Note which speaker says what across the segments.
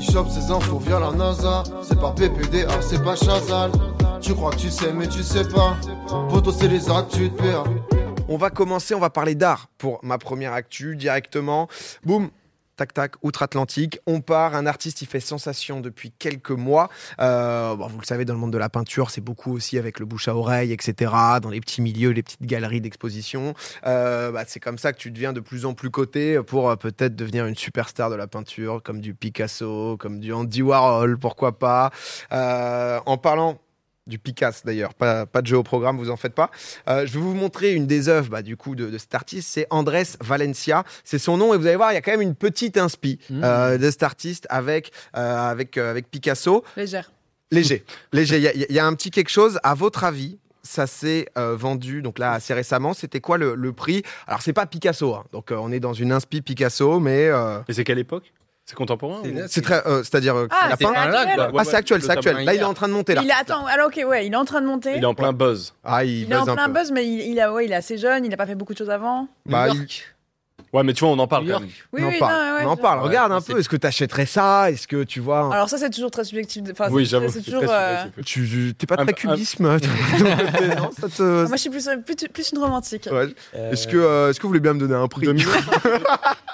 Speaker 1: chope ces infos via la NASA. C'est pas PPDA, c'est pas Chazal. Tu crois que tu sais, mais tu sais pas. Poto, c'est les actus de PA.
Speaker 2: On va commencer, on va parler d'art pour ma première actu directement. Boum Tac tac, outre-Atlantique, on part. Un artiste, il fait sensation depuis quelques mois. Euh, bon, vous le savez, dans le monde de la peinture, c'est beaucoup aussi avec le bouche à oreille, etc. Dans les petits milieux, les petites galeries d'exposition. Euh, bah, c'est comme ça que tu deviens de plus en plus coté pour euh, peut-être devenir une superstar de la peinture, comme du Picasso, comme du Andy Warhol, pourquoi pas. Euh, en parlant du Picasso d'ailleurs, pas, pas de jeu au programme, vous en faites pas. Euh, je vais vous montrer une des œuvres bah, du coup de, de cet artiste, c'est Andrés Valencia, c'est son nom et vous allez voir, il y a quand même une petite inspi euh, de cet artiste avec euh, avec euh, avec Picasso.
Speaker 3: Légère.
Speaker 2: Léger, léger. Il y a- il y, a- il y a un petit quelque chose. À votre avis, ça s'est euh, vendu donc là assez récemment. C'était quoi le, le prix Alors c'est pas Picasso, hein. donc euh, on est dans une inspi Picasso, mais euh,
Speaker 4: Et c'est quelle époque C'est contemporain
Speaker 5: C'est
Speaker 4: ou- Bah,
Speaker 5: là,
Speaker 2: c'est très, euh, c'est-à-dire euh,
Speaker 3: Ah,
Speaker 2: la
Speaker 3: c'est
Speaker 2: peint-
Speaker 3: actuel.
Speaker 5: Ah, là, quoi.
Speaker 4: Ouais,
Speaker 2: Ah
Speaker 4: ouais,
Speaker 2: c'est actuel,
Speaker 4: le
Speaker 2: c'est actuel.
Speaker 5: tabac
Speaker 2: Là il est
Speaker 5: hier.
Speaker 2: en train de monter là.
Speaker 3: Il est, attends, alors ok, ouais, il est en train de monter.
Speaker 4: Il est en plein buzz.
Speaker 2: Ah il,
Speaker 3: Il est en
Speaker 2: buzz un
Speaker 3: plein
Speaker 2: peu.
Speaker 3: buzz, mais il, il, a, ouais, il est assez jeune, il n'a pas fait beaucoup de choses avant.
Speaker 2: Bah, il-
Speaker 4: Ouais, mais tu vois, on en parle
Speaker 5: New
Speaker 4: quand
Speaker 5: York.
Speaker 4: même.
Speaker 3: Oui,
Speaker 2: on en
Speaker 3: oui,
Speaker 2: parle,
Speaker 3: non, ouais,
Speaker 2: on en
Speaker 3: je-
Speaker 2: parle.
Speaker 5: Ouais,
Speaker 2: Regarde un
Speaker 5: c'est-
Speaker 2: peu, est-ce que t'achèterais ça Est-ce que tu vois
Speaker 3: Alors ça, c'est toujours très subjectif. de- Enfin,
Speaker 4: Oui,
Speaker 3: c'est-
Speaker 4: j'avoue.
Speaker 3: c'est
Speaker 4: c'est
Speaker 3: toujours.
Speaker 4: très
Speaker 3: euh,
Speaker 4: subjectif.
Speaker 2: tu, tu- T'es pas
Speaker 4: Ah
Speaker 2: très
Speaker 4: bah,
Speaker 2: cubisme toi, de ton côté, non Ça te-
Speaker 3: Ah, Moi, je suis plus, euh, plus, plus une romantique.
Speaker 2: Ouais. Est-ce que, euh, est-ce que vous voulez bien me donner un prix
Speaker 4: 2 millions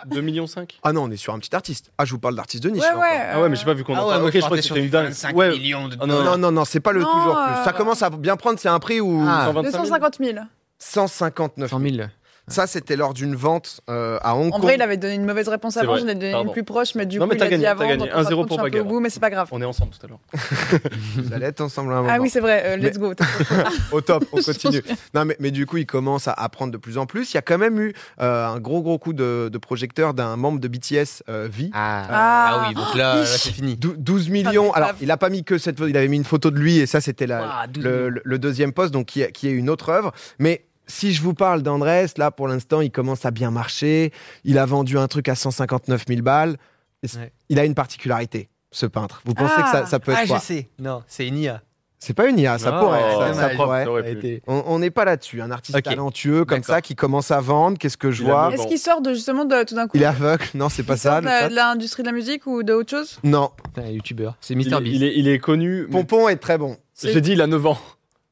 Speaker 4: 2 millions 5
Speaker 2: Ah non, on est sur un petit artiste. Ah, je vous parle d'artiste de niche.
Speaker 3: Ouais,
Speaker 2: là, encore.
Speaker 3: Euh, ouais.
Speaker 4: Ah ouais, mais j'ai pas vu qu'on en parle. Ok, je crois que c'était une dingue.
Speaker 5: Ouais.
Speaker 4: Ouais,
Speaker 5: millions de
Speaker 4: Ah,
Speaker 2: Non, non, non, non, c'est pas le
Speaker 3: Non,
Speaker 2: toujours plus. Ça
Speaker 3: euh,
Speaker 2: commence à bien prendre, c'est un prix où
Speaker 5: Ah.
Speaker 4: 125 000.
Speaker 3: 250 000.
Speaker 2: 159.
Speaker 5: 100 000.
Speaker 2: Ça, c'était lors d'une vente euh, à Hong
Speaker 3: En
Speaker 2: Kong.
Speaker 3: vrai, il avait donné une mauvaise réponse
Speaker 4: C'est
Speaker 3: avant,
Speaker 4: vrai.
Speaker 3: j'en ai donné
Speaker 4: Pardon.
Speaker 3: une plus proche, mais du
Speaker 4: Non,
Speaker 3: coup,
Speaker 4: mais t'as
Speaker 3: il a
Speaker 4: gagné,
Speaker 3: dit
Speaker 4: t'as
Speaker 3: avant.
Speaker 4: gagné.
Speaker 3: donc, en fin de
Speaker 4: 1-0
Speaker 3: compte, je
Speaker 4: pour
Speaker 3: suis un peu
Speaker 4: Bagheera.
Speaker 3: au bout, mais c'est pas grave.
Speaker 4: On est ensemble tout à l'heure.
Speaker 2: Vous allez être ensemble à un moment.
Speaker 3: Ah oui, c'est vrai, euh, let's go. t'as-
Speaker 2: Au top, on continue. non, mais, mais du coup, il commence à apprendre de plus en plus. Il y a quand même eu euh, un gros, gros coup de, de projecteur d'un membre de BTS, euh, V.
Speaker 5: Ah.
Speaker 3: Ah.
Speaker 5: Ah oui, donc là, là, c'est fini.
Speaker 2: Dou- 12 millions.
Speaker 3: Ah, mais
Speaker 2: Alors,
Speaker 3: ça-
Speaker 2: il a pas mis que cette photo, il avait mis une photo de lui et ça, c'était la,
Speaker 5: Ouah, douze
Speaker 2: le,
Speaker 5: millions.
Speaker 2: le- le deuxième poste, donc qui, est- qui est une autre œuvre. Mais si je vous parle d'Andrés, là pour l'instant, il commence à bien marcher. Il a vendu un truc à 159 000 balles. Et c-
Speaker 5: Ouais.
Speaker 2: Il a une particularité, ce peintre. Vous pensez
Speaker 3: Ah.
Speaker 2: que ça, ça peut être
Speaker 5: Ah, je
Speaker 2: quoi
Speaker 5: sais. Non, c'est une IA.
Speaker 2: C'est pas une IA, ça
Speaker 5: Non,
Speaker 2: pourrait.
Speaker 5: ouais,
Speaker 2: ça-
Speaker 5: c'est
Speaker 2: ça
Speaker 5: dommage.
Speaker 2: pourrait.
Speaker 4: Ça
Speaker 5: Ça
Speaker 4: aurait
Speaker 5: a
Speaker 4: pu.
Speaker 5: été-
Speaker 2: On on n'est pas là-dessus. Un artiste
Speaker 5: Ok.
Speaker 2: talentueux comme
Speaker 5: D'accord.
Speaker 2: ça qui commence à vendre. Qu'est-ce que je
Speaker 4: Il a
Speaker 2: vois
Speaker 4: neuf
Speaker 3: Est-ce
Speaker 4: bon.
Speaker 3: qu'il sort de, justement de, tout d'un coup
Speaker 2: Il est aveugle. Non, c'est pas
Speaker 3: il sort
Speaker 2: ça.
Speaker 3: de
Speaker 2: le
Speaker 3: la-
Speaker 2: chat.
Speaker 3: de l'industrie de la musique ou de autre chose
Speaker 2: Non.
Speaker 5: Putain, les youtubeurs. C'est
Speaker 4: Il,
Speaker 5: Mister
Speaker 4: est- il
Speaker 5: Beast.
Speaker 4: est, il est connu. mais-
Speaker 2: Pompon est très bon.
Speaker 3: C'est-
Speaker 4: J'ai dit, il a 9 ans.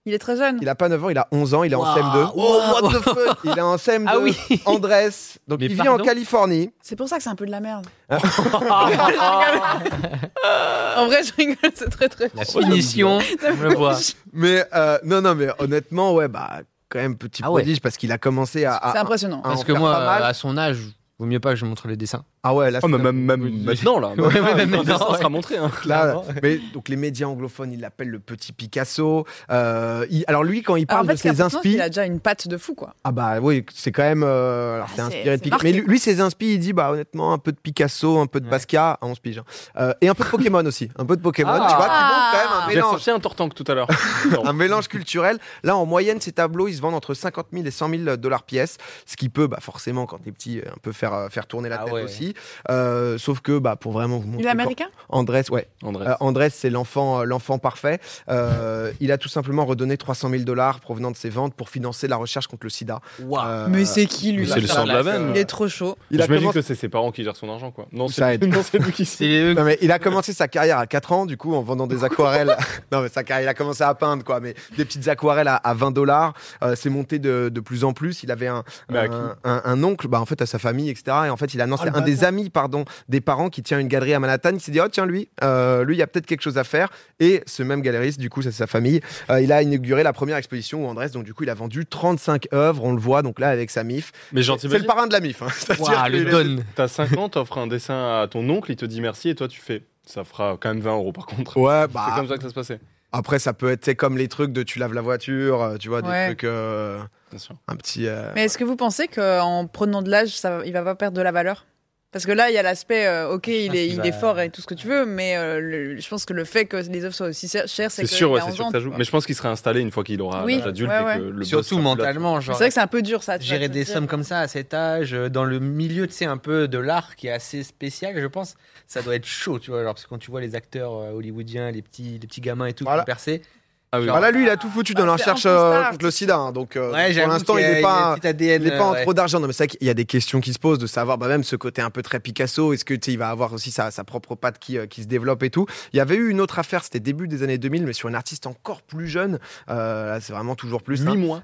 Speaker 3: Il est très jeune.
Speaker 2: Il a pas 9 ans, il a 11 ans, il est en
Speaker 5: Waouh.
Speaker 2: CM2.
Speaker 5: Oh, what
Speaker 2: the fuck Il est en CM2.
Speaker 5: Ah oui.
Speaker 2: Andrés. Donc
Speaker 5: Mais
Speaker 2: il vit en
Speaker 5: pardon
Speaker 2: Californie.
Speaker 3: C'est pour ça que c'est un peu de la merde.
Speaker 5: La
Speaker 3: En vrai, je rigole, c'est très très.
Speaker 5: finition, on le voit.
Speaker 3: C'est
Speaker 2: Mais euh, non, non, mais honnêtement, ouais, bah, quand même petit
Speaker 5: Ah ouais.
Speaker 2: prodige parce qu'il a commencé à. à-
Speaker 3: impressionnant.
Speaker 2: Ah,
Speaker 5: Parce
Speaker 2: en
Speaker 5: que
Speaker 2: faire
Speaker 5: moi, euh,
Speaker 2: pas mal.
Speaker 5: à son âge, vaut mieux pas que je montre les dessins.
Speaker 2: ah ouais, là,
Speaker 4: Ah,
Speaker 2: c'est-
Speaker 4: mais même, même
Speaker 5: Oui.
Speaker 4: maintenant, là.
Speaker 5: Ouais, ouais, même
Speaker 4: Quand
Speaker 5: maintenant,
Speaker 4: ça
Speaker 5: ouais.
Speaker 4: sera montré. hein.
Speaker 2: là, mais donc les médias anglophones, ils l'appellent le petit Picasso. Euh, il- alors lui, quand il
Speaker 4: Ah,
Speaker 2: parle
Speaker 3: Alors, en fait,
Speaker 2: de
Speaker 3: ce qui est
Speaker 2: ses
Speaker 3: impressionnant, c'est
Speaker 2: inspi,
Speaker 3: qu'il a déjà une patte de fou, quoi.
Speaker 2: ah bah oui, c'est quand même. euh, alors c'est
Speaker 3: Ah,
Speaker 2: inspiré de
Speaker 3: c'est- c'est
Speaker 2: Picasso.
Speaker 3: marqué.
Speaker 2: Mais lui, lui, ses inspi, il dit bah honnêtement un peu de Picasso, un peu de
Speaker 5: Ouais.
Speaker 2: Basquiat, à 11 piges, hein. Euh, et un peu de Pokémon aussi, un peu de Pokémon.
Speaker 5: Ah.
Speaker 2: Tu vois, qui montre quand même un
Speaker 3: Ah.
Speaker 4: J'ai
Speaker 2: mélange.
Speaker 4: sorti un tortank tout à l'heure.
Speaker 2: un mélange culturel. Là, en moyenne, ces tableaux, ils se vendent entre 50 000 et 100 000 dollars pièce, ce qui peut, bah, forcément, quand t'es petit, un peu faire, euh, faire tourner la
Speaker 5: Ah
Speaker 2: tête
Speaker 5: ouais.
Speaker 2: aussi. Euh, sauf que, bah, pour vraiment vous
Speaker 3: Il
Speaker 2: montrer,
Speaker 3: est américain
Speaker 2: Andrés, ouais,
Speaker 4: André.
Speaker 2: euh, Andrés, c'est l'enfant, euh, l'enfant parfait. Euh, il a tout simplement redonné 300 000 dollars provenant de ses ventes pour financer la recherche contre le SIDA.
Speaker 5: Waouh.
Speaker 2: Euh,
Speaker 3: Mais c'est qui, lui
Speaker 4: Mais c'est le sang de la veine.
Speaker 3: Il est trop chaud.
Speaker 2: il a
Speaker 4: J'imagine
Speaker 2: commencé-
Speaker 4: que c'est ses parents qui gèrent son argent, quoi. Non,
Speaker 2: Ça
Speaker 4: c'est
Speaker 2: aide.
Speaker 4: non, c'est lui qui
Speaker 5: C'est
Speaker 4: sait.
Speaker 5: les
Speaker 2: Non, mais il a commencé sa carrière à 4 ans, du coup, en vendant des aquarelles. non, mais sa carrière, il a commencé à peindre, quoi, mais des petites aquarelles à, à 20 dollars. euh, c'est monté de, de plus en plus. Il avait un,
Speaker 4: Mais à qui
Speaker 2: un, un- un oncle, bah, en fait, à sa famille, etc. Et en fait, il a annoncé
Speaker 4: Ah, le
Speaker 2: un des amis, pardon, des parents qui tient une galerie à Manhattan. Il s'est dit, oh, tiens, lui, euh, lui, il y a peut-être quelque chose à faire. Et ce même galériste, du coup, ça, c'est sa famille, euh, il a inauguré la première exposition où Andrés, donc, du coup, il a vendu 35 œuvres. On le voit, donc là, avec sa MIF.
Speaker 4: Mais genre,
Speaker 2: C'est le
Speaker 4: t'imagines,
Speaker 2: parrain de la MIF. hein. C'est-à-dire
Speaker 5: Waouh,
Speaker 2: qu'il
Speaker 5: le
Speaker 2: est-
Speaker 5: don.
Speaker 4: t'as 5 ans, t'offres un dessin à ton oncle, il te dit merci, et toi, tu fais. Ça fera quand même 20 euros, par contre.
Speaker 2: Ouais, bah.
Speaker 4: C'est comme ça que ça se passait.
Speaker 2: Après, ça peut être tu sais, comme les trucs de tu laves la voiture, euh, tu vois, des
Speaker 3: Ouais.
Speaker 2: trucs. euh,
Speaker 4: Bien sûr.
Speaker 2: un petit. euh,
Speaker 3: Mais est-ce que vous pensez qu'en prenant de l'âge, ça, il va pas perdre de la valeur Parce que là, il y a l'aspect, euh,
Speaker 4: Ah,
Speaker 3: ok, il
Speaker 5: pense
Speaker 3: est,
Speaker 5: qu'il
Speaker 3: il
Speaker 5: va-
Speaker 3: est fort et tout ce que tu veux, mais euh, le- je pense que le fait que les œuvres soient aussi chères, c'est
Speaker 4: C'est
Speaker 3: que
Speaker 4: sûr,
Speaker 3: il
Speaker 4: ouais,
Speaker 3: a
Speaker 4: c'est
Speaker 3: 11
Speaker 4: sûr
Speaker 3: ans,
Speaker 4: que ça
Speaker 3: tu
Speaker 4: joue.
Speaker 3: vois.
Speaker 4: Mais je pense qu'il sera installé une fois qu'il aura
Speaker 3: Oui,
Speaker 4: l'âge adulte
Speaker 3: ouais,
Speaker 4: et
Speaker 3: ouais.
Speaker 4: que le buzz
Speaker 5: Surtout
Speaker 4: sera plus là, tu vois.
Speaker 5: mentalement,
Speaker 3: Mais
Speaker 5: genre.
Speaker 3: C'est vrai que c'est un peu dur ça. tu vois,
Speaker 5: Gérer
Speaker 3: de
Speaker 5: des
Speaker 3: dire-
Speaker 5: sommes comme ça à cet âge, euh, dans le milieu, tu sais, un peu de l'art qui est assez spécial, je pense, ça doit être chaud, tu vois. Alors, parce que quand tu vois les acteurs euh, hollywoodiens, les petits, les petits gamins et tout
Speaker 2: Voilà.
Speaker 5: qui ont percé,
Speaker 4: Ah oui.
Speaker 2: Bah là, lui, il a tout foutu dans la
Speaker 3: c'est
Speaker 2: recherche
Speaker 3: un peu
Speaker 2: euh,
Speaker 3: star.
Speaker 2: contre le sida. hein, donc, euh,
Speaker 5: Ouais,
Speaker 2: pour
Speaker 5: j'avoue
Speaker 2: l'instant, il
Speaker 5: qu'il y a-
Speaker 2: n'est
Speaker 5: il y a
Speaker 2: pas.
Speaker 5: une petite ADN,
Speaker 2: Il n'est pas en
Speaker 5: ouais.
Speaker 2: trop d'argent. Non, mais c'est vrai qu'il y a des questions qui se posent de savoir, bah, même ce côté un peu très Picasso, est-ce que tu sais, il va avoir aussi sa, sa propre patte qui, euh, qui se développe et tout. Il y avait eu une autre affaire, c'était début des années 2000, mais sur une artiste encore plus jeune. Euh, là, c'est vraiment toujours plus. hein.
Speaker 4: Huit mois.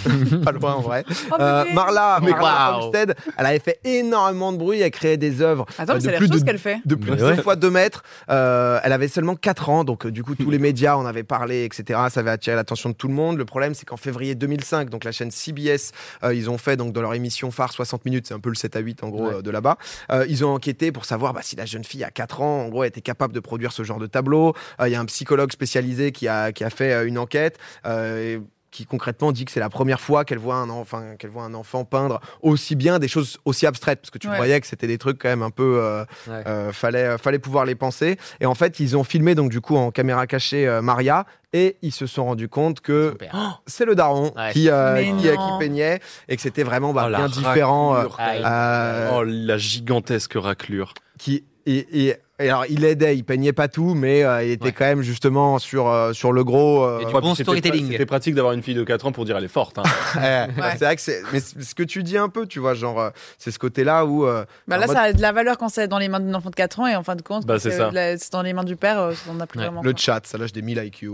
Speaker 2: pas loin en vrai.
Speaker 3: Oh,
Speaker 2: Euh,
Speaker 3: bébé.
Speaker 2: Marla,
Speaker 5: Mais
Speaker 2: Marla
Speaker 5: waouh.
Speaker 2: Homestead, elle avait fait énormément de bruit, elle créait des œuvres
Speaker 3: Attends,
Speaker 2: euh,
Speaker 3: mais
Speaker 2: de
Speaker 3: ça a l'air
Speaker 2: plus de
Speaker 3: chose qu'elle fait.
Speaker 2: de plus de
Speaker 5: Mais
Speaker 2: 7
Speaker 5: ouais.
Speaker 2: fois 2 mètres. Euh, elle avait seulement 4 ans, donc euh, du coup, tous les médias en avaient parlé, etc. Ça avait attiré l'attention de tout le monde. Le problème, c'est qu'en février 2005, donc la chaîne CBS, euh, ils ont fait donc dans leur émission phare 60 minutes, c'est un peu le 7 à 8 en gros
Speaker 5: Ouais.
Speaker 2: euh, de là-bas, euh, ils ont enquêté pour savoir bah, si la jeune fille à 4 ans, en gros, était capable de produire ce genre de tableau. Euh, Il y a un psychologue spécialisé qui a, qui a fait euh, une enquête. euh, et qui concrètement dit que c'est la première fois qu'elle voit un enfant qu'elle voit un enfant peindre aussi bien des choses aussi abstraites parce que tu
Speaker 3: Ouais.
Speaker 2: voyais que c'était des trucs quand même un peu euh,
Speaker 5: Ouais.
Speaker 2: euh, fallait, euh, fallait pouvoir les penser. Et en fait, ils ont filmé donc du coup en caméra cachée euh, Maria et ils se sont rendus compte que
Speaker 5: Super.
Speaker 2: c'est le daron
Speaker 5: Ouais.
Speaker 2: qui, euh,
Speaker 3: Mais
Speaker 2: qui, euh,
Speaker 3: non.
Speaker 2: qui peignait et que c'était vraiment bah,
Speaker 4: Oh, la
Speaker 2: bien différent. euh,
Speaker 4: raclure.
Speaker 5: Aïe.
Speaker 2: euh,
Speaker 4: Oh, la gigantesque raclure.
Speaker 2: qui et, et- et alors il aidait, il peignait pas tout, mais euh, il était
Speaker 5: Ouais.
Speaker 2: quand même justement sur euh, sur le gros. euh,
Speaker 5: Et du
Speaker 4: Ouais,
Speaker 5: bon
Speaker 4: puis c'était
Speaker 5: storytelling.
Speaker 4: pra- C'était pratique d'avoir une fille de 4 ans pour dire elle est forte. hein.
Speaker 2: ouais. eh. C'est vrai que c'est mais c'est- ce que tu dis un peu, tu vois, genre euh, c'est ce côté-là où euh,
Speaker 3: Bah
Speaker 2: en
Speaker 3: là,
Speaker 2: mode-
Speaker 3: ça a de la valeur quand c'est dans les mains d'un enfant de 4 ans et en fin de compte,
Speaker 4: Bah,
Speaker 3: quand
Speaker 4: c'est
Speaker 3: c'est euh,
Speaker 4: ça.
Speaker 3: de la- c'est dans les mains du père, euh, on a plus
Speaker 5: Ouais.
Speaker 3: vraiment.
Speaker 2: Le
Speaker 3: quoi.
Speaker 2: chat, ça lâche des 1000 IQ.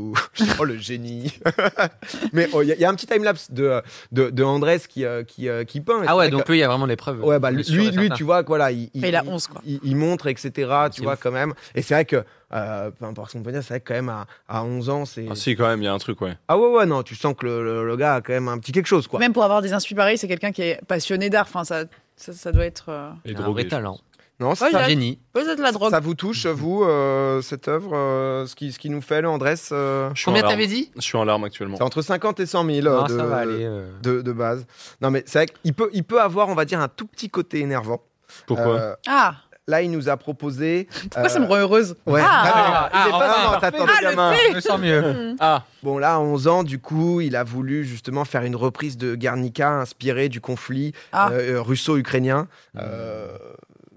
Speaker 2: oh, le génie. Mais oh, il y, a- y a un petit timelapse de, de, de Andrés qui, euh, qui, euh, qui peint. Et c'est
Speaker 5: Ah ouais,
Speaker 2: vrai
Speaker 5: donc lui, il y a vraiment les preuves.
Speaker 2: que- ouais, bah, lui,
Speaker 5: Sûr et
Speaker 2: lui,
Speaker 5: certain.
Speaker 2: tu vois, que voilà, il,
Speaker 3: Enfin, il a 11, quoi.
Speaker 2: Il, il montre, etc., tu
Speaker 5: C'est
Speaker 2: vois,
Speaker 5: ouf.
Speaker 2: quand même. Et c'est vrai que, euh, peu importe ce qu'on peut dire, c'est vrai que quand même, à, à 11 ans, c'est.
Speaker 4: Ah si, quand même, il y a un truc, ouais.
Speaker 2: Ah ouais, ouais, non, tu sens que le, le- le gars a quand même un petit quelque chose, quoi.
Speaker 3: Même pour avoir des inspirations pareils, c'est quelqu'un qui est passionné d'art. Enfin, ça, ça, ça doit être. euh,
Speaker 4: Et
Speaker 5: un vrai
Speaker 4: drogué.
Speaker 5: talent.
Speaker 2: Non,
Speaker 5: C'est
Speaker 2: ça,
Speaker 5: un génie.
Speaker 3: Peut-être la drogue.
Speaker 2: ça vous touche, vous, euh, cette œuvre, euh, ce qui, ce qui nous fait, le Andrés euh,
Speaker 4: Je suis en
Speaker 5: Combien
Speaker 4: larmes.
Speaker 5: t'avais dit
Speaker 4: Je suis en larmes actuellement.
Speaker 2: C'est entre 50 et 100 000. euh,
Speaker 5: Non,
Speaker 2: de-
Speaker 5: ça va aller. euh.
Speaker 2: de, de base. Non, mais c'est vrai qu'il peut, il peut avoir, on va dire, un tout petit côté énervant.
Speaker 4: Pourquoi
Speaker 2: Euh,
Speaker 3: Ah,
Speaker 2: Là, il nous a proposé.
Speaker 3: pourquoi ça me rend heureuse
Speaker 2: Ouais.
Speaker 3: Ah,
Speaker 2: Ah, mais-
Speaker 5: ah,
Speaker 2: il est pas-
Speaker 5: ah,
Speaker 2: non,
Speaker 5: ah,
Speaker 2: t'attends,
Speaker 3: ah, le
Speaker 2: gamin.
Speaker 5: Je me sens mieux.
Speaker 4: Ah,
Speaker 2: Bon, là, à 11 ans, du coup, il a voulu justement faire une reprise de Guernica inspirée du conflit
Speaker 3: Ah.
Speaker 2: euh, euh, russo-ukrainien. Euh,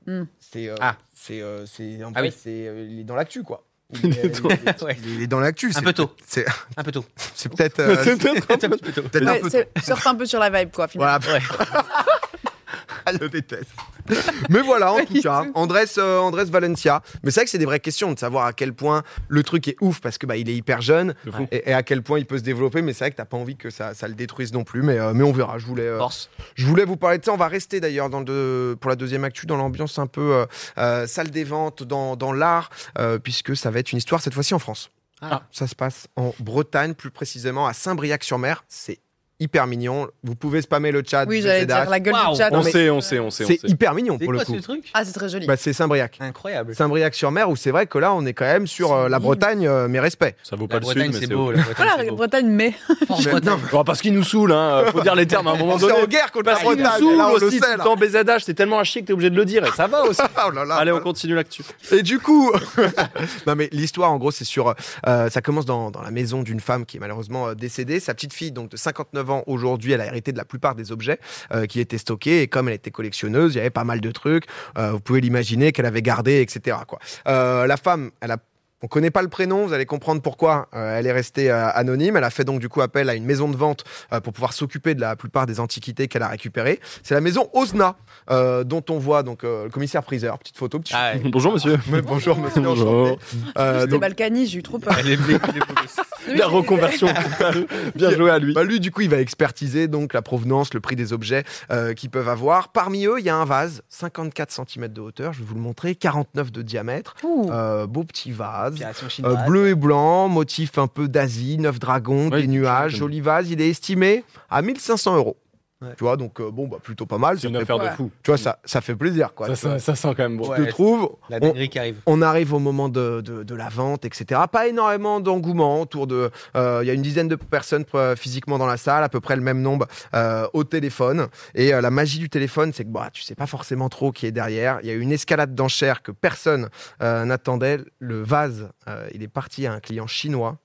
Speaker 3: Mm.
Speaker 2: C'est. euh,
Speaker 5: Hmm. Ah.
Speaker 2: c'est, euh, c'est- en
Speaker 5: Ah
Speaker 2: fait,
Speaker 5: oui.
Speaker 2: c'est, euh, il est dans l'actu, quoi. Il est, il est-
Speaker 5: Ouais.
Speaker 2: il est dans l'actu.
Speaker 5: Un
Speaker 2: C'est,
Speaker 5: peu tôt.
Speaker 2: c'est-
Speaker 5: Un peu tôt.
Speaker 2: c'est peut-être. euh, c'est
Speaker 5: Un peu tôt.
Speaker 2: peut-être un
Speaker 3: Ouais,
Speaker 2: peu
Speaker 3: c'est- surfe un peu sur la vibe, quoi, finalement.
Speaker 2: Voilà. Elle Ah, le déteste. Mais voilà, en tout cas, Andrés, euh, Andrés Valencia. Mais c'est vrai que c'est des vraies questions de savoir à quel point le truc est ouf parce que bah, il est hyper jeune
Speaker 4: de fou.
Speaker 2: et, et à quel point il peut se développer. Mais c'est vrai que t'as pas envie que ça, ça le détruise non plus. Mais, euh, mais on verra. Je voulais, euh,
Speaker 5: Force.
Speaker 2: je voulais vous parler de ça. On va rester d'ailleurs dans le deux- pour la deuxième actu dans l'ambiance un peu euh, euh, salle des ventes, dans, dans l'art, euh, puisque ça va être une histoire cette fois-ci en France.
Speaker 5: Ah.
Speaker 2: Ça se passe en Bretagne, plus précisément à Saint-Briac-sur-Mer. C'est hyper mignon. Vous pouvez spammer le chat.
Speaker 3: Oui,
Speaker 2: vous
Speaker 3: j'allais
Speaker 2: êtes
Speaker 3: dire la gueule
Speaker 5: Waouh.
Speaker 3: du chat.
Speaker 4: On
Speaker 2: mais-
Speaker 4: sait, on sait, on sait, on
Speaker 2: c'est
Speaker 4: sait.
Speaker 2: hyper mignon
Speaker 5: C'est
Speaker 2: pour
Speaker 5: quoi
Speaker 2: le coup.
Speaker 5: ce truc
Speaker 3: Ah, c'est très joli.
Speaker 2: Bah, c'est Saint-Briac.
Speaker 5: Incroyable.
Speaker 2: Saint-Briac-sur-Mer, où c'est vrai que là, on est quand même sur euh, la
Speaker 3: C'est
Speaker 2: Bretagne, euh, mes respects.
Speaker 4: Ça vaut pas
Speaker 5: La
Speaker 4: le
Speaker 5: Bretagne,
Speaker 4: sud,
Speaker 5: c'est
Speaker 4: mais
Speaker 5: beau. La Bretagne,
Speaker 3: Voilà,
Speaker 5: c'est
Speaker 3: la
Speaker 5: beau.
Speaker 3: Bretagne, mais.
Speaker 5: Force Bretagne.
Speaker 4: Oh, parce qu'ils nous saoulent, hein. faut dire les termes à un moment
Speaker 2: On est
Speaker 4: donné.
Speaker 2: en guerre contre la
Speaker 4: Parce qu'ils nous
Speaker 2: Bretagne.
Speaker 4: saoulent
Speaker 2: là, on le
Speaker 4: aussi,
Speaker 2: sait,
Speaker 4: tout
Speaker 2: là.
Speaker 4: le temps BZH, c'est tellement à chier que t'es obligé de le dire. Et ça va aussi.
Speaker 2: Oh là là.
Speaker 4: Allez, on continue l'actu.
Speaker 2: Et du coup, non mais l'histoire en gros c'est sur, euh, ça commence dans, dans la maison d'une femme qui est malheureusement euh, décédée. Sa petite fille donc de 59 ans aujourd'hui, elle a hérité de la plupart des objets euh, qui étaient stockés et comme elle était collectionneuse, il y avait pas mal de trucs. euh, vous pouvez l'imaginer qu'elle avait gardé, etc. Quoi. Euh, la femme, elle a on connaît pas le prénom, vous allez comprendre pourquoi euh, elle est restée euh, anonyme. Elle a fait donc du coup appel à une maison de vente euh, pour pouvoir s'occuper de la plupart des antiquités qu'elle a récupérées. C'est la maison Osna, euh, dont on voit donc euh, le commissaire priseur. Petite photo, petit
Speaker 5: Ah ouais.
Speaker 4: Bonjour, monsieur.
Speaker 2: mais bonjour, monsieur.
Speaker 4: Bonjour.
Speaker 2: enchanté. Euh,
Speaker 3: C'était
Speaker 2: donc,
Speaker 3: Balkany, j'ai eu trop peur.
Speaker 5: Elle est belle, elle est beau.
Speaker 4: La reconversion totale. Bien joué à lui.
Speaker 2: bah, lui, du coup, il va expertiser donc la provenance, le prix des objets euh, qu'ils peuvent avoir. Parmi eux, il y a un vase, 54 cm de hauteur, je vais vous le montrer, 49 de diamètre.
Speaker 3: Ouh.
Speaker 2: Euh, beau petit vase.
Speaker 5: Inspiration
Speaker 2: Euh,
Speaker 5: chinoise.
Speaker 2: bleu et blanc, motif un peu d'Asie, neuf dragons,
Speaker 4: Ouais,
Speaker 2: des nuages,
Speaker 4: j'imagine.
Speaker 2: joli vase. Il est estimé à 1500 euros.
Speaker 5: Ouais.
Speaker 2: Tu vois, donc euh, bon, bah, plutôt pas mal.
Speaker 4: C'est
Speaker 2: Ça
Speaker 4: une
Speaker 2: fait-
Speaker 4: affaire de
Speaker 3: Ouais.
Speaker 4: fou.
Speaker 2: tu vois, ça, ça fait plaisir. Quoi,
Speaker 4: Ça,
Speaker 2: tu vois.
Speaker 4: ça, ça sent quand même bon.
Speaker 5: Ouais.
Speaker 2: Je trouve.
Speaker 5: La
Speaker 2: on-
Speaker 5: dinguerie qui arrive.
Speaker 2: On arrive au moment de, de- de la vente, etc. Pas énormément d'engouement autour de. euh, Il y a une dizaine de personnes euh, physiquement dans la salle, à peu près le même nombre euh, au téléphone. Et euh, la magie du téléphone, c'est que bah, tu sais pas forcément trop qui est derrière. Il y a eu une escalade d'enchères que personne euh, n'attendait. Le vase, euh, il est parti à un client chinois.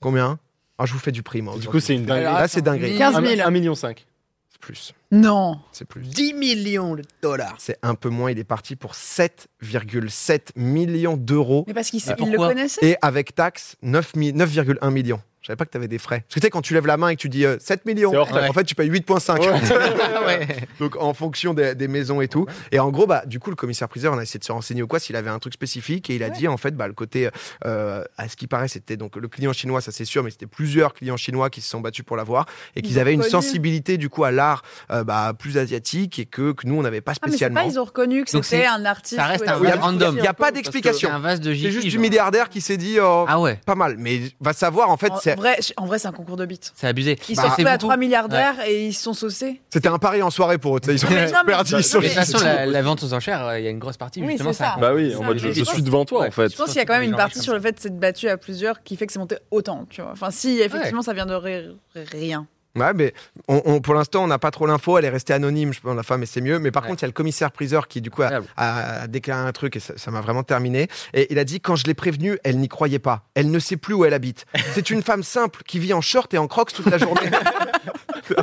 Speaker 2: Combien Ah, je vous fais du prix, moi.
Speaker 4: Du coup,
Speaker 2: aujourd'hui.
Speaker 4: c'est une dinguerie.
Speaker 5: Alors,
Speaker 2: Là, c'est dingue.
Speaker 3: 15 000.
Speaker 4: 1,5 million. cinq.
Speaker 2: C'est plus.
Speaker 3: Non.
Speaker 2: C'est plus.
Speaker 5: 10 millions de dollars.
Speaker 2: C'est un peu moins. Il est parti pour 7,7 millions d'euros.
Speaker 3: Mais parce qu'ils
Speaker 5: Mais
Speaker 3: ils le
Speaker 5: pourquoi
Speaker 3: connaissaient.
Speaker 2: Et avec taxe, 9 mi- 9,1 millions. Je savais pas que tu avais des frais. Parce que tu sais, quand tu lèves la main et que tu dis euh, 7 millions,
Speaker 4: C'est hors taxe.
Speaker 2: en fait, tu payes 8,5.
Speaker 5: Ouais.
Speaker 2: Donc en fonction des, des maisons et tout. Et en gros, bah, du coup, le commissaire-priseur, on a essayé de se renseigner ou quoi, s'il avait un truc spécifique. Et il a dit, en fait, bah, le côté, euh, à ce qui paraît, c'était donc le client chinois, ça c'est sûr, mais c'était plusieurs clients chinois qui se sont battus pour l'avoir et
Speaker 3: Ils
Speaker 2: qu'ils
Speaker 3: ont
Speaker 2: avaient une
Speaker 3: reconnu.
Speaker 2: sensibilité du coup à l'art euh, bah, plus asiatique et que, que nous, on n'avait pas
Speaker 3: Ah, mais c'est
Speaker 2: spécialement.
Speaker 3: pas, ils ont reconnu que
Speaker 5: Donc
Speaker 3: c'était
Speaker 5: c'est-
Speaker 3: un artiste.
Speaker 5: ça reste
Speaker 3: ou
Speaker 5: un
Speaker 3: une
Speaker 5: vrai
Speaker 3: artiste.
Speaker 5: random.
Speaker 2: Il n'y a pas d'explication.
Speaker 5: C'est un vase de
Speaker 2: C'est
Speaker 5: J.P.,
Speaker 2: juste du
Speaker 3: hein.
Speaker 5: genre.
Speaker 2: milliardaire qui s'est dit, oh,
Speaker 5: Ah ouais,
Speaker 2: pas mal. Mais va savoir, en fait,
Speaker 3: En
Speaker 2: c'est-
Speaker 3: vrai, en vrai, c'est un concours de bites.
Speaker 5: c'est abusé.
Speaker 3: Ils sont
Speaker 5: Bah, c'est
Speaker 3: retrouvés à
Speaker 5: beaucoup.
Speaker 3: 3 milliardaires et ils se sont saucés.
Speaker 2: c'était un pari en soirée pour eux. tu sais, Ils ont
Speaker 3: Mais non, mais-
Speaker 2: perdu, ils sont-
Speaker 5: Mais De toute façon, la,
Speaker 4: C'est-
Speaker 5: la vente aux enchères, euh, il y a une grosse partie
Speaker 3: Oui,
Speaker 5: justement
Speaker 3: c'est ça.
Speaker 5: Ah, ça.
Speaker 4: Bah oui,
Speaker 3: Ça,
Speaker 4: en mode je,
Speaker 3: mais
Speaker 4: je
Speaker 3: je
Speaker 4: suis devant toi
Speaker 5: Ouais.
Speaker 4: en fait.
Speaker 3: Je pense qu'il y a quand même
Speaker 5: Les
Speaker 3: une
Speaker 5: gens
Speaker 3: partie
Speaker 5: restent
Speaker 3: sur le fait de s'être battu à plusieurs qui fait que c'est monté autant, tu vois. Enfin, si effectivement ça vient de ri- rien.
Speaker 2: Ouais, mais on, on- pour l'instant, on n'a pas trop l'info. Elle est restée anonyme, je pense, la femme, et c'est mieux. Mais par
Speaker 5: Ouais.
Speaker 2: contre, il y a le commissaire-priseur qui, du coup, a,
Speaker 5: Incroyable.
Speaker 2: a déclaré un truc, et ça ça m'a vraiment terminé. Et il a dit Quand je l'ai prévenue, elle n'y croyait pas. Elle ne sait plus où elle habite. C'est une femme simple qui vit en short et en crocs toute la journée.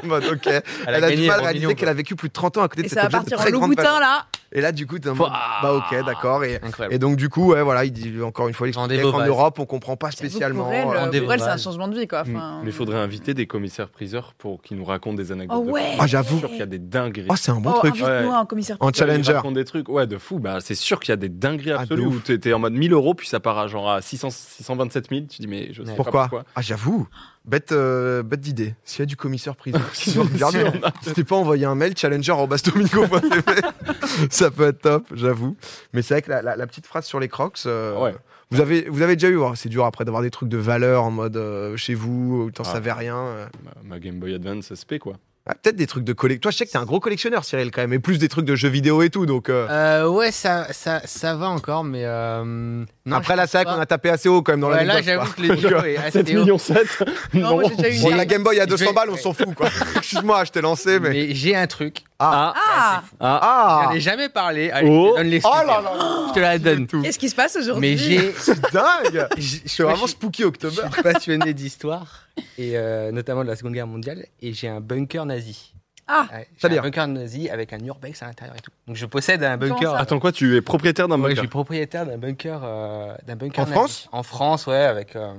Speaker 2: En mode, ok. Elle, a
Speaker 5: gagné
Speaker 2: du mal à
Speaker 5: un
Speaker 2: réaliser
Speaker 5: million,
Speaker 2: qu'elle a vécu plus de 30 ans à côté
Speaker 3: Et
Speaker 2: de
Speaker 3: ça
Speaker 2: cette
Speaker 3: va
Speaker 2: objet de
Speaker 3: partir en
Speaker 2: très grande
Speaker 3: Louboutin
Speaker 2: valeur.
Speaker 3: là.
Speaker 2: Et là, du coup, t'es en mode,
Speaker 5: Pouah.
Speaker 2: bah ok, d'accord. Et,
Speaker 5: Incroyable.
Speaker 2: et donc, du coup, ouais, voilà, il dit encore une fois, il
Speaker 5: Rendez
Speaker 2: explique
Speaker 5: vos
Speaker 2: qu'en
Speaker 5: bases.
Speaker 2: Europe, on comprend pas
Speaker 3: J'avoue que
Speaker 2: spécialement.
Speaker 3: Pour elle,
Speaker 2: euh,
Speaker 5: euh,
Speaker 3: pour elle, c'est un
Speaker 5: Rendez-vous.
Speaker 3: changement de vie quoi. Enfin,
Speaker 4: Mm.
Speaker 3: euh.
Speaker 4: Mais il faudrait inviter des commissaires priseurs pour qu'ils nous racontent des anecdotes.
Speaker 3: Oh
Speaker 4: de
Speaker 3: ouais.
Speaker 4: fous.
Speaker 2: Ah, j'avoue.
Speaker 4: Je suis sûr qu'il y a des dingueries.
Speaker 2: Oh, c'est un bon
Speaker 3: Oh,
Speaker 2: truc.
Speaker 3: invite-nous
Speaker 4: Ouais.
Speaker 3: un commissaire.
Speaker 2: En
Speaker 4: Ils
Speaker 2: challenger.
Speaker 4: racontent des trucs, ouais, de fou. Bah, c'est sûr qu'il y a des dingueries
Speaker 2: Ah, de
Speaker 4: absolues
Speaker 2: ouf.
Speaker 4: où t'es t'es en mode 1000 euros, puis ça part à genre à 600, 627 000. Tu dis, mais je sais
Speaker 2: Pourquoi,
Speaker 4: pas pourquoi.
Speaker 2: Ah, j'avoue. Bête, euh, bête d'idée. S'il y a du commissaire prison,
Speaker 4: Si
Speaker 2: si on
Speaker 4: on-
Speaker 2: regarde,
Speaker 4: si on a-
Speaker 2: si t'es pas envoyé un mail challenger en ça peut être top, j'avoue. Mais c'est vrai que la, la- la petite phrase sur les crocs, euh,
Speaker 4: Ouais.
Speaker 2: vous, avez, vous avez déjà eu, oh, c'est dur après d'avoir des trucs de valeur en mode euh, chez vous, où t'en
Speaker 4: Ah.
Speaker 2: savais rien. euh.
Speaker 4: Ma, ma Game Boy Advance SP, quoi.
Speaker 2: Ah, Peut-être des trucs de collecte. Toi, je sais que t'es un gros collectionneur, Cyril, quand même, et plus des trucs de jeux vidéo et tout. Donc, euh,
Speaker 5: Euh, ouais, ça, ça, ça va encore, mais. euh, non,
Speaker 2: après,
Speaker 5: je
Speaker 2: là,
Speaker 5: pense
Speaker 2: c'est vrai
Speaker 5: pas.
Speaker 2: qu'on a tapé assez haut quand même dans
Speaker 5: Ouais,
Speaker 2: la
Speaker 5: là, j'avoue que les vidéos est assez
Speaker 4: 7
Speaker 5: haut.
Speaker 4: millions 7
Speaker 3: Non, moi, j'ai déjà eu
Speaker 2: Bon,
Speaker 3: j'ai-
Speaker 2: la Game Boy à
Speaker 5: Je
Speaker 2: 200
Speaker 5: vais-
Speaker 2: balles, on s'en fout, quoi. Excuse-moi, je t'ai lancé, mais.
Speaker 5: Mais j'ai un truc.
Speaker 4: Ah,
Speaker 3: Ah,
Speaker 4: ah,
Speaker 5: J'en
Speaker 2: Ah!
Speaker 5: ai jamais parlé. Allez, je
Speaker 4: Oh.
Speaker 5: te donne les
Speaker 2: Oh
Speaker 5: sous.
Speaker 2: là là!
Speaker 5: Je te la donne.
Speaker 2: tout.
Speaker 3: qu'est-ce qui se passe aujourd'hui
Speaker 5: Mais j'ai.
Speaker 2: dingue
Speaker 5: j'ai-
Speaker 2: C'est
Speaker 5: moi,
Speaker 2: vraiment
Speaker 5: je-
Speaker 2: spooky
Speaker 5: Je
Speaker 2: October.
Speaker 5: suis passionné d'histoire, et euh, notamment de la Seconde Guerre mondiale, et j'ai un bunker nazi.
Speaker 3: Ah.
Speaker 5: Ouais, j'ai
Speaker 2: C'est-à-dire
Speaker 5: un bunker nazi avec un urbex à l'intérieur et tout. Donc je possède un
Speaker 3: Comment
Speaker 5: bunker.
Speaker 3: ça
Speaker 4: Attends, quoi, tu es propriétaire d'un
Speaker 5: Ouais, je
Speaker 4: bunker
Speaker 5: suis propriétaire d'un bunker, euh, d'un bunker
Speaker 2: En
Speaker 5: nazi.
Speaker 2: France
Speaker 5: En France, ouais, avec euh,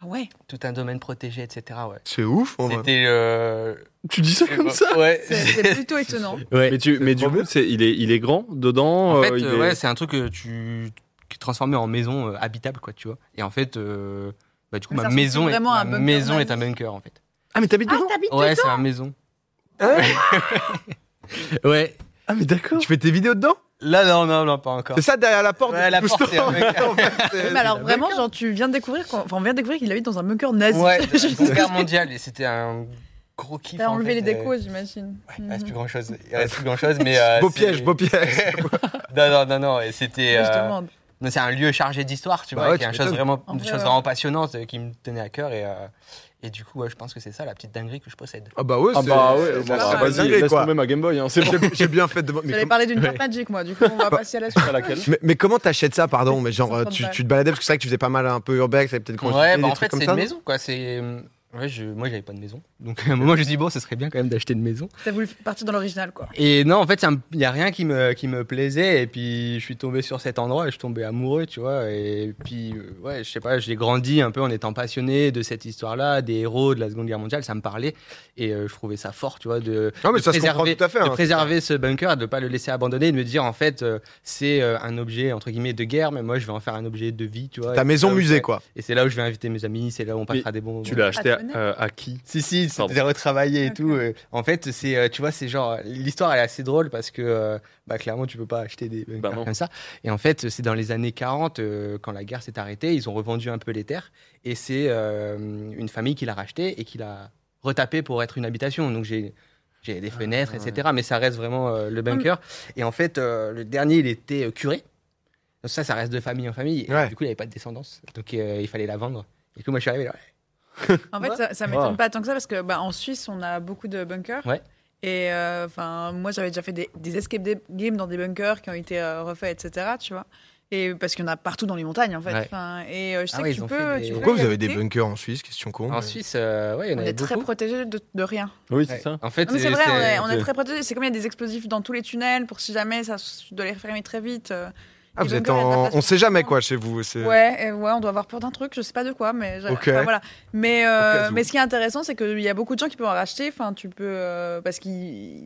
Speaker 3: Ah ouais.
Speaker 5: tout un domaine protégé, etc. Ouais.
Speaker 2: C'est ouf, en vrai.
Speaker 5: C'était euh,
Speaker 4: Tu dis ça comme ça
Speaker 5: Ouais.
Speaker 3: C'est- C'est plutôt étonnant.
Speaker 5: Ouais.
Speaker 4: Mais, tu, mais du
Speaker 2: trop
Speaker 4: coup, bah, c'est- il, est, il est grand dedans
Speaker 5: En fait,
Speaker 4: euh, il
Speaker 5: euh,
Speaker 4: est-
Speaker 5: ouais, c'est un truc que tu qui est transformé en maison euh, habitable, quoi, tu vois. Et en fait, euh, bah, du coup,
Speaker 3: Mais ça
Speaker 5: ma
Speaker 3: ressemble
Speaker 5: maison, est,
Speaker 3: vraiment à un
Speaker 5: ma
Speaker 3: bunker
Speaker 5: maison
Speaker 3: nazi.
Speaker 5: est un bunker, en fait.
Speaker 2: Ah, mais t'habites
Speaker 3: Ah,
Speaker 2: dedans
Speaker 3: t'habites
Speaker 5: Ouais,
Speaker 3: dedans
Speaker 5: c'est ma maison.
Speaker 2: Hein
Speaker 5: ouais.
Speaker 4: Ah, mais d'accord.
Speaker 2: Tu fais tes vidéos dedans
Speaker 5: Là, non, non, non, pas encore.
Speaker 2: C'est ça derrière la porte
Speaker 5: Ouais,
Speaker 2: de
Speaker 5: la
Speaker 2: tout
Speaker 5: porte,
Speaker 2: ce
Speaker 5: c'est
Speaker 2: temps.
Speaker 5: un mec.
Speaker 2: En fait, c'est-
Speaker 3: Mais alors vraiment, genre tu viens de découvrir, qu'on- enfin on vient de découvrir qu'il habite dans un bunker nazi.
Speaker 5: Ouais, de la Seconde Guerre mondiale, et c'était un gros kiff.
Speaker 3: T'as
Speaker 5: en
Speaker 3: enlevé
Speaker 5: fait,
Speaker 3: les décos,
Speaker 5: euh,
Speaker 3: j'imagine.
Speaker 5: Il
Speaker 3: Mhm.
Speaker 5: reste plus grand chose. Il reste plus grand chose, mais. euh,
Speaker 2: Beau
Speaker 5: c'est-
Speaker 2: piège, beau piège.
Speaker 5: Non, non, non, non. et C'était.
Speaker 3: Moi, je
Speaker 5: euh,
Speaker 3: demande.
Speaker 5: non, c'est un lieu chargé d'histoire, tu
Speaker 2: Bah
Speaker 5: vois,
Speaker 2: ouais,
Speaker 5: qui est
Speaker 2: tu
Speaker 5: une chose
Speaker 2: m'étonnes.
Speaker 5: vraiment,
Speaker 3: En
Speaker 5: une
Speaker 3: vrai,
Speaker 5: chose
Speaker 3: ouais.
Speaker 5: vraiment passionnante euh, qui me tenait à cœur et. euh, Et du coup, ouais, je pense que c'est ça la petite dinguerie que je possède.
Speaker 2: Ah, bah ouais,
Speaker 4: Ah,
Speaker 2: c'est-
Speaker 4: bah ouais,
Speaker 2: c'est-
Speaker 4: bah,
Speaker 2: c'est
Speaker 4: bah,
Speaker 2: pas
Speaker 4: vas-y,
Speaker 2: dingue,
Speaker 4: laisse
Speaker 2: quoi.
Speaker 4: tomber ma Game Boy, hein, c'est bon.
Speaker 2: J'ai- J'ai bien fait de. mais
Speaker 3: J'allais
Speaker 2: com-
Speaker 3: parler d'une carte magique, moi. Du coup, on va passer à la suite.
Speaker 4: À laquelle
Speaker 2: Mais, mais comment t'achètes ça, pardon Mais genre,
Speaker 3: Ça
Speaker 2: euh,
Speaker 3: prend
Speaker 2: tu,
Speaker 3: pas.
Speaker 2: tu te baladais parce que c'est vrai que tu faisais pas mal un peu urbex, t'avais peut-être grandi,
Speaker 5: Ouais,
Speaker 2: des
Speaker 5: bah en
Speaker 2: trucs
Speaker 5: fait,
Speaker 2: comme
Speaker 5: c'est
Speaker 2: ça,
Speaker 5: une
Speaker 2: non
Speaker 5: maison, quoi. C'est. euh, Ouais, je... moi, j'avais pas de maison. Donc, à un moment, je me suis dit, bon, ce serait bien quand même d'acheter une maison.
Speaker 3: T'as voulu partir dans l'original, quoi.
Speaker 5: Et non, en fait, il n'y a rien qui me, qui me plaisait. Et puis, je suis tombé sur cet endroit et je suis tombé amoureux, tu vois. Et puis, euh, ouais, je sais pas, j'ai grandi un peu en étant passionné de cette histoire-là, des héros de la Seconde Guerre mondiale, ça me parlait. Et euh, je trouvais ça fort, tu vois, de,
Speaker 2: Non, mais
Speaker 5: de
Speaker 2: ça se comprend
Speaker 5: préserver,
Speaker 2: tout à fait.
Speaker 5: de
Speaker 2: hein.
Speaker 5: préserver ce bunker, de ne pas le laisser abandonner, de me dire, en fait, euh, c'est euh, un objet, entre guillemets, de guerre, mais moi, je vais en faire un objet de vie, tu vois.
Speaker 2: Ta
Speaker 5: Et
Speaker 2: maison
Speaker 5: c'est là où je
Speaker 2: musée,
Speaker 5: vais-
Speaker 2: quoi.
Speaker 5: Et c'est là où je vais inviter mes amis, c'est là où on passera des bons moments.
Speaker 4: Tu l'as acheté à,
Speaker 3: connais.
Speaker 4: euh, à qui
Speaker 5: Si, si,
Speaker 4: Pardon.
Speaker 5: c'était retravaillé et
Speaker 3: Ok.
Speaker 5: tout. euh, En fait, c'est, euh, tu vois, c'est genre, l'histoire elle est assez drôle parce que, euh, bah, clairement, tu peux pas acheter des bunkers
Speaker 4: Bah non.
Speaker 5: comme ça. Et en fait, c'est dans les années 40, euh, quand la guerre s'est arrêtée, ils ont revendu un peu les terres et c'est euh, une famille qui l'a racheté et qui l'a retapé pour être une habitation. Donc j'ai. J'ai
Speaker 3: Ah,
Speaker 5: des fenêtres, etc. Mais ça reste vraiment euh, le bunker. Et en fait, euh, le dernier, il était euh, curé. Donc ça, ça reste de famille en famille. Et
Speaker 2: Ouais.
Speaker 5: Du coup, il n'avait pas de descendance. Donc euh, il fallait la vendre. Et du coup, moi, je suis arrivé là.
Speaker 3: En fait,
Speaker 5: Ouais.
Speaker 3: ça, ça m'étonne
Speaker 4: Ouais.
Speaker 3: pas tant que ça parce que bah, en Suisse, on a beaucoup de bunkers.
Speaker 5: Ouais.
Speaker 3: Et euh, enfin, moi, j'avais déjà fait des, des escape de- games dans des bunkers qui ont été euh, refaits, etc. Tu vois. Et parce qu'il y en a partout dans les montagnes, en fait.
Speaker 5: Ouais.
Speaker 3: Enfin, et euh, je sais
Speaker 5: Ah
Speaker 3: que
Speaker 5: oui,
Speaker 3: tu
Speaker 5: ils ont
Speaker 3: peux.
Speaker 5: fait des-
Speaker 3: tu peux
Speaker 2: Pourquoi
Speaker 3: y
Speaker 2: vous avez des
Speaker 3: habiter.
Speaker 2: bunkers en Suisse Question con.
Speaker 5: En Suisse, euh, ouais, il y
Speaker 3: Oh,
Speaker 5: en
Speaker 3: On
Speaker 5: avait
Speaker 3: est très
Speaker 5: beaucoup.
Speaker 3: protégé de, de rien.
Speaker 4: Oui, c'est ça.
Speaker 5: En fait,
Speaker 3: Non, mais c'est vrai, on est, on est
Speaker 4: c'est-
Speaker 3: très protégé. C'est comme il y a des explosifs dans tous les tunnels pour si jamais ça, tu dois les refermer très vite. euh,
Speaker 2: Ah,
Speaker 3: Et
Speaker 2: vous
Speaker 3: donc,
Speaker 2: êtes
Speaker 3: euh, la
Speaker 2: en...
Speaker 3: place-
Speaker 2: On sait jamais quoi chez vous. c'est-
Speaker 3: Ouais, euh, ouais, on doit avoir peur d'un truc, je sais pas de quoi, mais j'a-
Speaker 2: Ok.
Speaker 3: enfin, voilà. Mais
Speaker 2: Au
Speaker 3: euh,
Speaker 2: cas où.
Speaker 3: mais ce qui est intéressant, c'est qu'il y a beaucoup de gens qui peuvent en racheter. Enfin, tu peux euh, parce que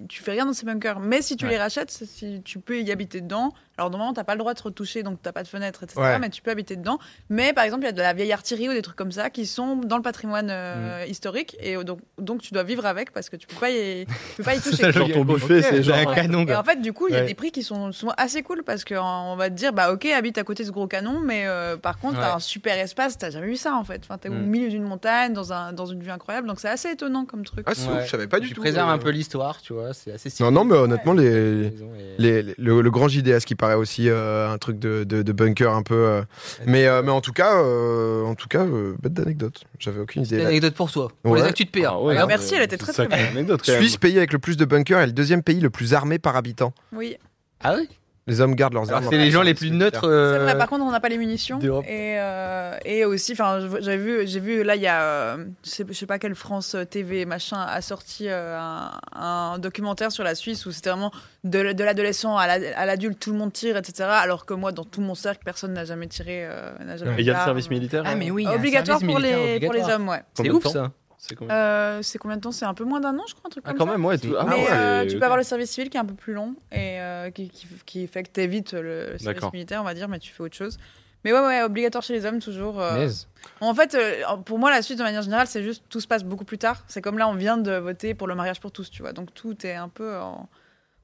Speaker 3: tu fais rien dans ces bunkers. Mais si tu
Speaker 5: Ouais.
Speaker 3: les rachètes, si tu peux y habiter dedans. Alors normalement, t'as pas le droit de te retoucher, donc t'as pas de fenêtre, etc.
Speaker 2: Ouais.
Speaker 3: Mais tu peux habiter dedans. Mais par exemple, il y a de la vieille artillerie ou des trucs comme ça qui sont dans le patrimoine
Speaker 2: Mm.
Speaker 3: euh, historique et donc donc tu dois vivre avec parce que tu peux pas y, tu peux pas y toucher.
Speaker 4: Genre ton buffet, c'est genre.
Speaker 5: un canon.
Speaker 3: Et en
Speaker 5: quoi.
Speaker 3: fait, du coup, il y a
Speaker 5: Ouais.
Speaker 3: des prix qui sont souvent assez cool parce qu'on va te dire, bah ok, habite à côté de ce gros canon, mais euh, par contre, t'as
Speaker 5: Ouais.
Speaker 3: un super espace, t'as jamais vu ça en fait. Enfin, t'es au
Speaker 5: Mm.
Speaker 3: milieu d'une montagne, dans, un, dans une vue incroyable, donc c'est assez étonnant comme truc.
Speaker 2: Ah, c'est
Speaker 5: Ouais.
Speaker 2: ouf, je savais pas du
Speaker 5: Tu
Speaker 2: tout.
Speaker 5: préserves
Speaker 2: euh.
Speaker 5: un peu l'histoire, tu vois, c'est assez stylé.
Speaker 2: Non, non, mais honnêtement, les.
Speaker 5: Maison et-
Speaker 2: Les- les- le, le grand JDS qui paraît aussi euh, un truc de, de- de bunker un peu. euh. Mais, euh, mais en tout cas, euh, en tout cas euh, bête d'anecdote. J'avais aucune idée.
Speaker 5: Une
Speaker 2: La-
Speaker 5: anecdote pour toi, pour
Speaker 2: Ouais.
Speaker 5: les actus de PA.
Speaker 4: Ah ouais,
Speaker 3: Ah,
Speaker 4: non,
Speaker 3: merci,
Speaker 4: mais
Speaker 3: elle était très,
Speaker 4: c'est
Speaker 3: très
Speaker 4: une sacrée anecdote, quand même.
Speaker 2: Suisse, pays avec le plus de bunkers, est le deuxième pays le plus armé par habitant.
Speaker 3: Oui,
Speaker 5: Ah oui
Speaker 2: Les hommes gardent leurs armes.
Speaker 5: C'est les gens les plus neutres.
Speaker 3: c'est vrai.
Speaker 5: euh,
Speaker 3: Par contre, on n'a pas les munitions.
Speaker 5: d'Europe.
Speaker 3: Et, euh, et aussi, enfin, je- j'avais vu, j'ai vu là, il y a, euh, je sais- je sais pas quelle France TV machin a sorti euh, un, un documentaire sur la Suisse où c'était vraiment de, l- de l'adolescent à la- à l'adulte, tout le monde tire, etc. Alors que moi, dans tout mon cercle, personne n'a jamais tiré. euh, n'a jamais
Speaker 4: Et il y a le
Speaker 3: d'arme.
Speaker 4: service militaire.
Speaker 5: Ah, mais oui. il y a un
Speaker 3: Obligatoire
Speaker 5: service
Speaker 3: pour
Speaker 5: militaire
Speaker 3: les, pour les
Speaker 5: obligatoire.
Speaker 3: hommes, ouais.
Speaker 5: C'est
Speaker 4: Combien de
Speaker 5: ouf
Speaker 4: temps
Speaker 5: ça.
Speaker 4: C'est combien
Speaker 3: Euh, c'est combien de temps C'est un peu moins d'un an, je crois, un truc
Speaker 4: Ah,
Speaker 3: comme
Speaker 4: quand
Speaker 3: ça.
Speaker 4: même, ouais. tout- Ah,
Speaker 3: Mais
Speaker 4: ouais,
Speaker 3: euh,
Speaker 4: c'est-
Speaker 3: tu peux avoir le service civil qui est un peu plus long et euh, qui, qui, qui fait que t'évites le service
Speaker 4: D'accord.
Speaker 3: militaire, on va dire, mais tu fais autre chose. Mais ouais, ouais, obligatoire chez les hommes, toujours. euh.
Speaker 5: Punaise.
Speaker 3: En fait, euh, pour moi, la suite, de manière générale, c'est juste tout se passe beaucoup plus tard. C'est comme là, on vient de voter pour le mariage pour tous, tu vois. Donc tout est un peu en,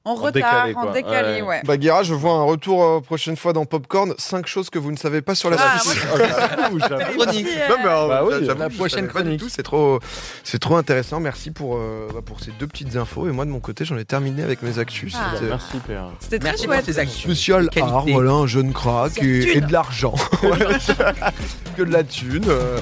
Speaker 3: en retard,
Speaker 4: décalé,
Speaker 3: en
Speaker 4: quoi.
Speaker 3: décalé,
Speaker 4: Ouais.
Speaker 3: ouais.
Speaker 2: Baguera, je vois un retour euh, prochaine fois dans Popcorn. 5 choses que vous ne savez pas sur la
Speaker 3: Ah,
Speaker 2: Suisse.
Speaker 4: Ouh, j'avoue.
Speaker 5: Chronique.
Speaker 3: Merci, euh,
Speaker 2: Non, mais, euh,
Speaker 4: Bah oui,
Speaker 2: j'avoue,
Speaker 4: la
Speaker 2: je savais
Speaker 5: prochaine
Speaker 2: pas du
Speaker 5: chronique.
Speaker 2: tout, C'est trop, c'est trop intéressant. Merci pour, euh, bah, pour ces deux petites infos. Et moi, de mon côté, j'en ai terminé avec mes actus.
Speaker 3: Ah.
Speaker 2: C'était-
Speaker 4: Merci, père.
Speaker 3: C'était très
Speaker 5: Merci pour
Speaker 3: chouette.
Speaker 5: tes actus.
Speaker 2: Spécial
Speaker 5: Qualité.
Speaker 2: art, voilà, un jeune crack
Speaker 3: C'est la
Speaker 2: et,
Speaker 3: thune.
Speaker 2: et de l'argent. Voilà, que de la thune. euh.